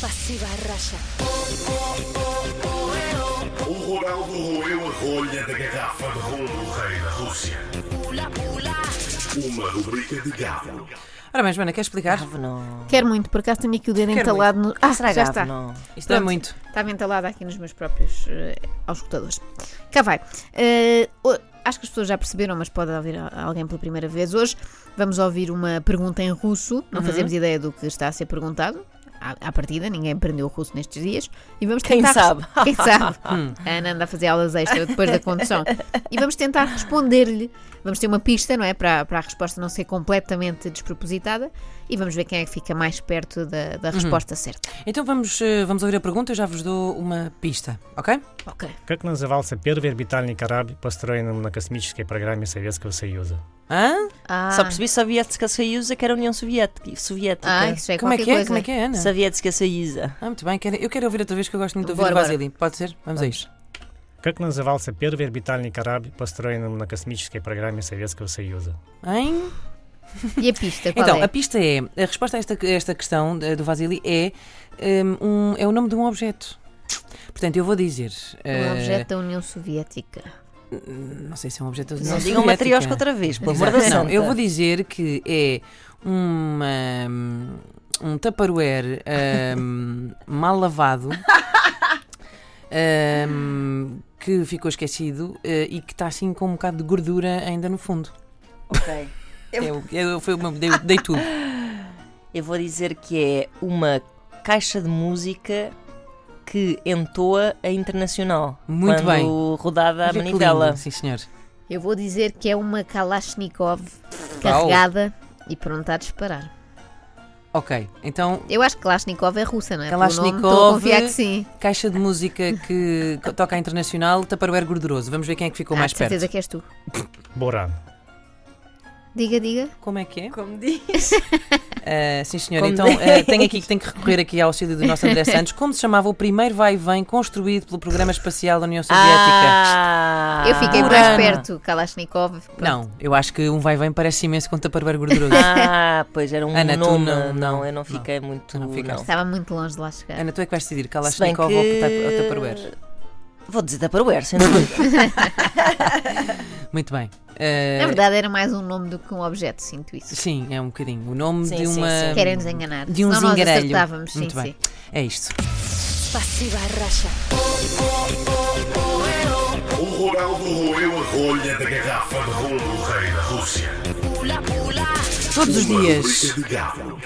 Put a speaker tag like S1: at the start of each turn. S1: Pasiva racha.
S2: O Ronaldo roeu a rolha da garrafa de rum do rei da Rússia. Uma rubrica de gado.
S3: Ora bem, Joana, quer explicar?
S4: Quero muito, por acaso tenho aqui o dedo
S3: Quero
S4: entalado no. Ah, já está.
S5: Não.
S3: Isto é
S4: Pronto.
S3: muito.
S4: Estava entalada aqui nos meus próprios eh, auscultadores. Cá vai. Eh, o- acho que as pessoas já perceberam, mas pode haver a- alguém pela primeira vez hoje. Vamos ouvir uma pergunta em russo.
S5: Uhum.
S4: Não fazemos ideia do que está a ser perguntado. À, à partida, ninguém aprendeu o russo nestes dias. E vamos
S5: Quem
S4: tentar.
S5: sabe? Hum.
S4: Quem sabe? a Ana anda a fazer aulas extra depois da condução. E vamos tentar responder-lhe. Vamos ter uma pista, não é? Para, para a resposta não ser completamente despropositada. E vamos ver quem é que fica mais perto da,
S5: Uhum.
S4: da resposta certa.
S3: Então vamos, eh, vamos ouvir a pergunta, eu já vos dou uma pista, ok?
S4: Ok.
S6: Как назывался первый орбитальный корабль, построенный на космической программе Советского Союза?
S3: Hã?
S4: Ah.
S5: Só percebi Soviética Soyuza que era a União Soviética. soviética.
S4: Ah, isso já é
S3: Como é
S4: qualquer
S3: que é?
S4: coisa.
S3: Como é que é, Ana?
S5: Soviética Soyuza.
S3: Ah, muito bem, quero- eu quero ouvir outra vez que eu gosto muito de ouvir
S4: Bora,
S3: o
S4: bora.
S3: Vasily. Pode ser? Vamos a isto.
S6: Как назывался первый орбитальный корабль, построенный на космической программе Советского Союза?
S3: Hein?
S4: E a pista, qual
S3: Então,
S4: é?
S3: a pista é: a resposta a esta, a esta questão eh, do Vasily é, eh, um, é o nome de um objeto. Portanto, eu vou dizer. eh,
S4: Um objeto da União Soviética.
S3: Não sei se é um objeto da
S5: Não
S3: União
S5: digam
S3: Soviética.
S5: matriosca outra vez, pelo amor
S3: Exato.
S5: da
S3: Não,
S5: santa.
S3: eu vou dizer que é uma, um tupperware ahm, mal lavado ahm, que ficou esquecido eh, e que está assim com um bocado de gordura ainda no fundo.
S5: Ok.
S3: Eu, eu, foi o meu- dei, dei tudo.
S5: Eu vou dizer que é uma caixa de música que entoa a internacional.
S3: Muito
S5: quando
S3: bem.
S5: rodada a
S3: Olha que
S5: manivela.
S3: lindo, Sim, senhor.
S4: Eu vou dizer que é uma Kalashnikov carregada e pronta a disparar.
S3: Ok, então
S4: Eu acho que Kalashnikov é russa, não é? Pelo nome, Estou a
S3: Kalashnikov.
S4: confiar que sim.
S3: caixa de música que co- toca a internacional, tupperware gorduroso. Vamos ver quem é que ficou
S4: Ah,
S3: mais
S4: de
S3: perto.
S4: certeza que és tu.
S6: Буран.
S4: Diga, diga.
S3: Como é que é?
S5: Como diz.
S3: Ah, sim, senhora.
S5: Como
S3: então,
S5: diz.
S3: ah, tenho aqui que tenho que recorrer aqui ao auxílio do nosso André Santos. Como se chamava o primeiro vai e vem construído pelo Programa Espacial da União Soviética?
S5: Ah,
S4: eu fiquei mais
S3: Urano.
S4: perto. Kalashnikov. pronto.
S3: Não, eu acho que um vai e vem parece imenso com um tupperware gorduroso.
S5: Ah, pois era um
S3: Ana, tu
S5: nome.
S3: não- não,
S5: eu não
S3: não.
S5: fiquei muito.
S3: Tu não ficaste.
S4: Estava muito longe de lá chegar.
S3: Ana, tu é que vais decidir,
S5: Se bem
S3: Kalashnikov ou tup- ou tupperware?
S5: Vou dizer Tupperware, sem dúvida.
S3: Muito bem. Ah,
S5: É
S4: Na verdade, era mais um nome do que um objeto, sinto isso.
S3: sim, é um bocadinho. O nome
S5: Sim,
S3: de
S5: sim,
S3: uma...
S5: sim.
S4: Querem nos enganar.
S3: De um
S4: Senão nós
S3: zingarelho.
S4: acertávamos, sim,
S3: Muito bem.
S4: sim.
S3: É isto.
S1: Pasiva racha.
S2: O Ronaldo roeu a rolha da garrafa de rum do rei da Rússia.
S3: Todos os
S2: Uma
S3: dias...
S2: rubrica de gado.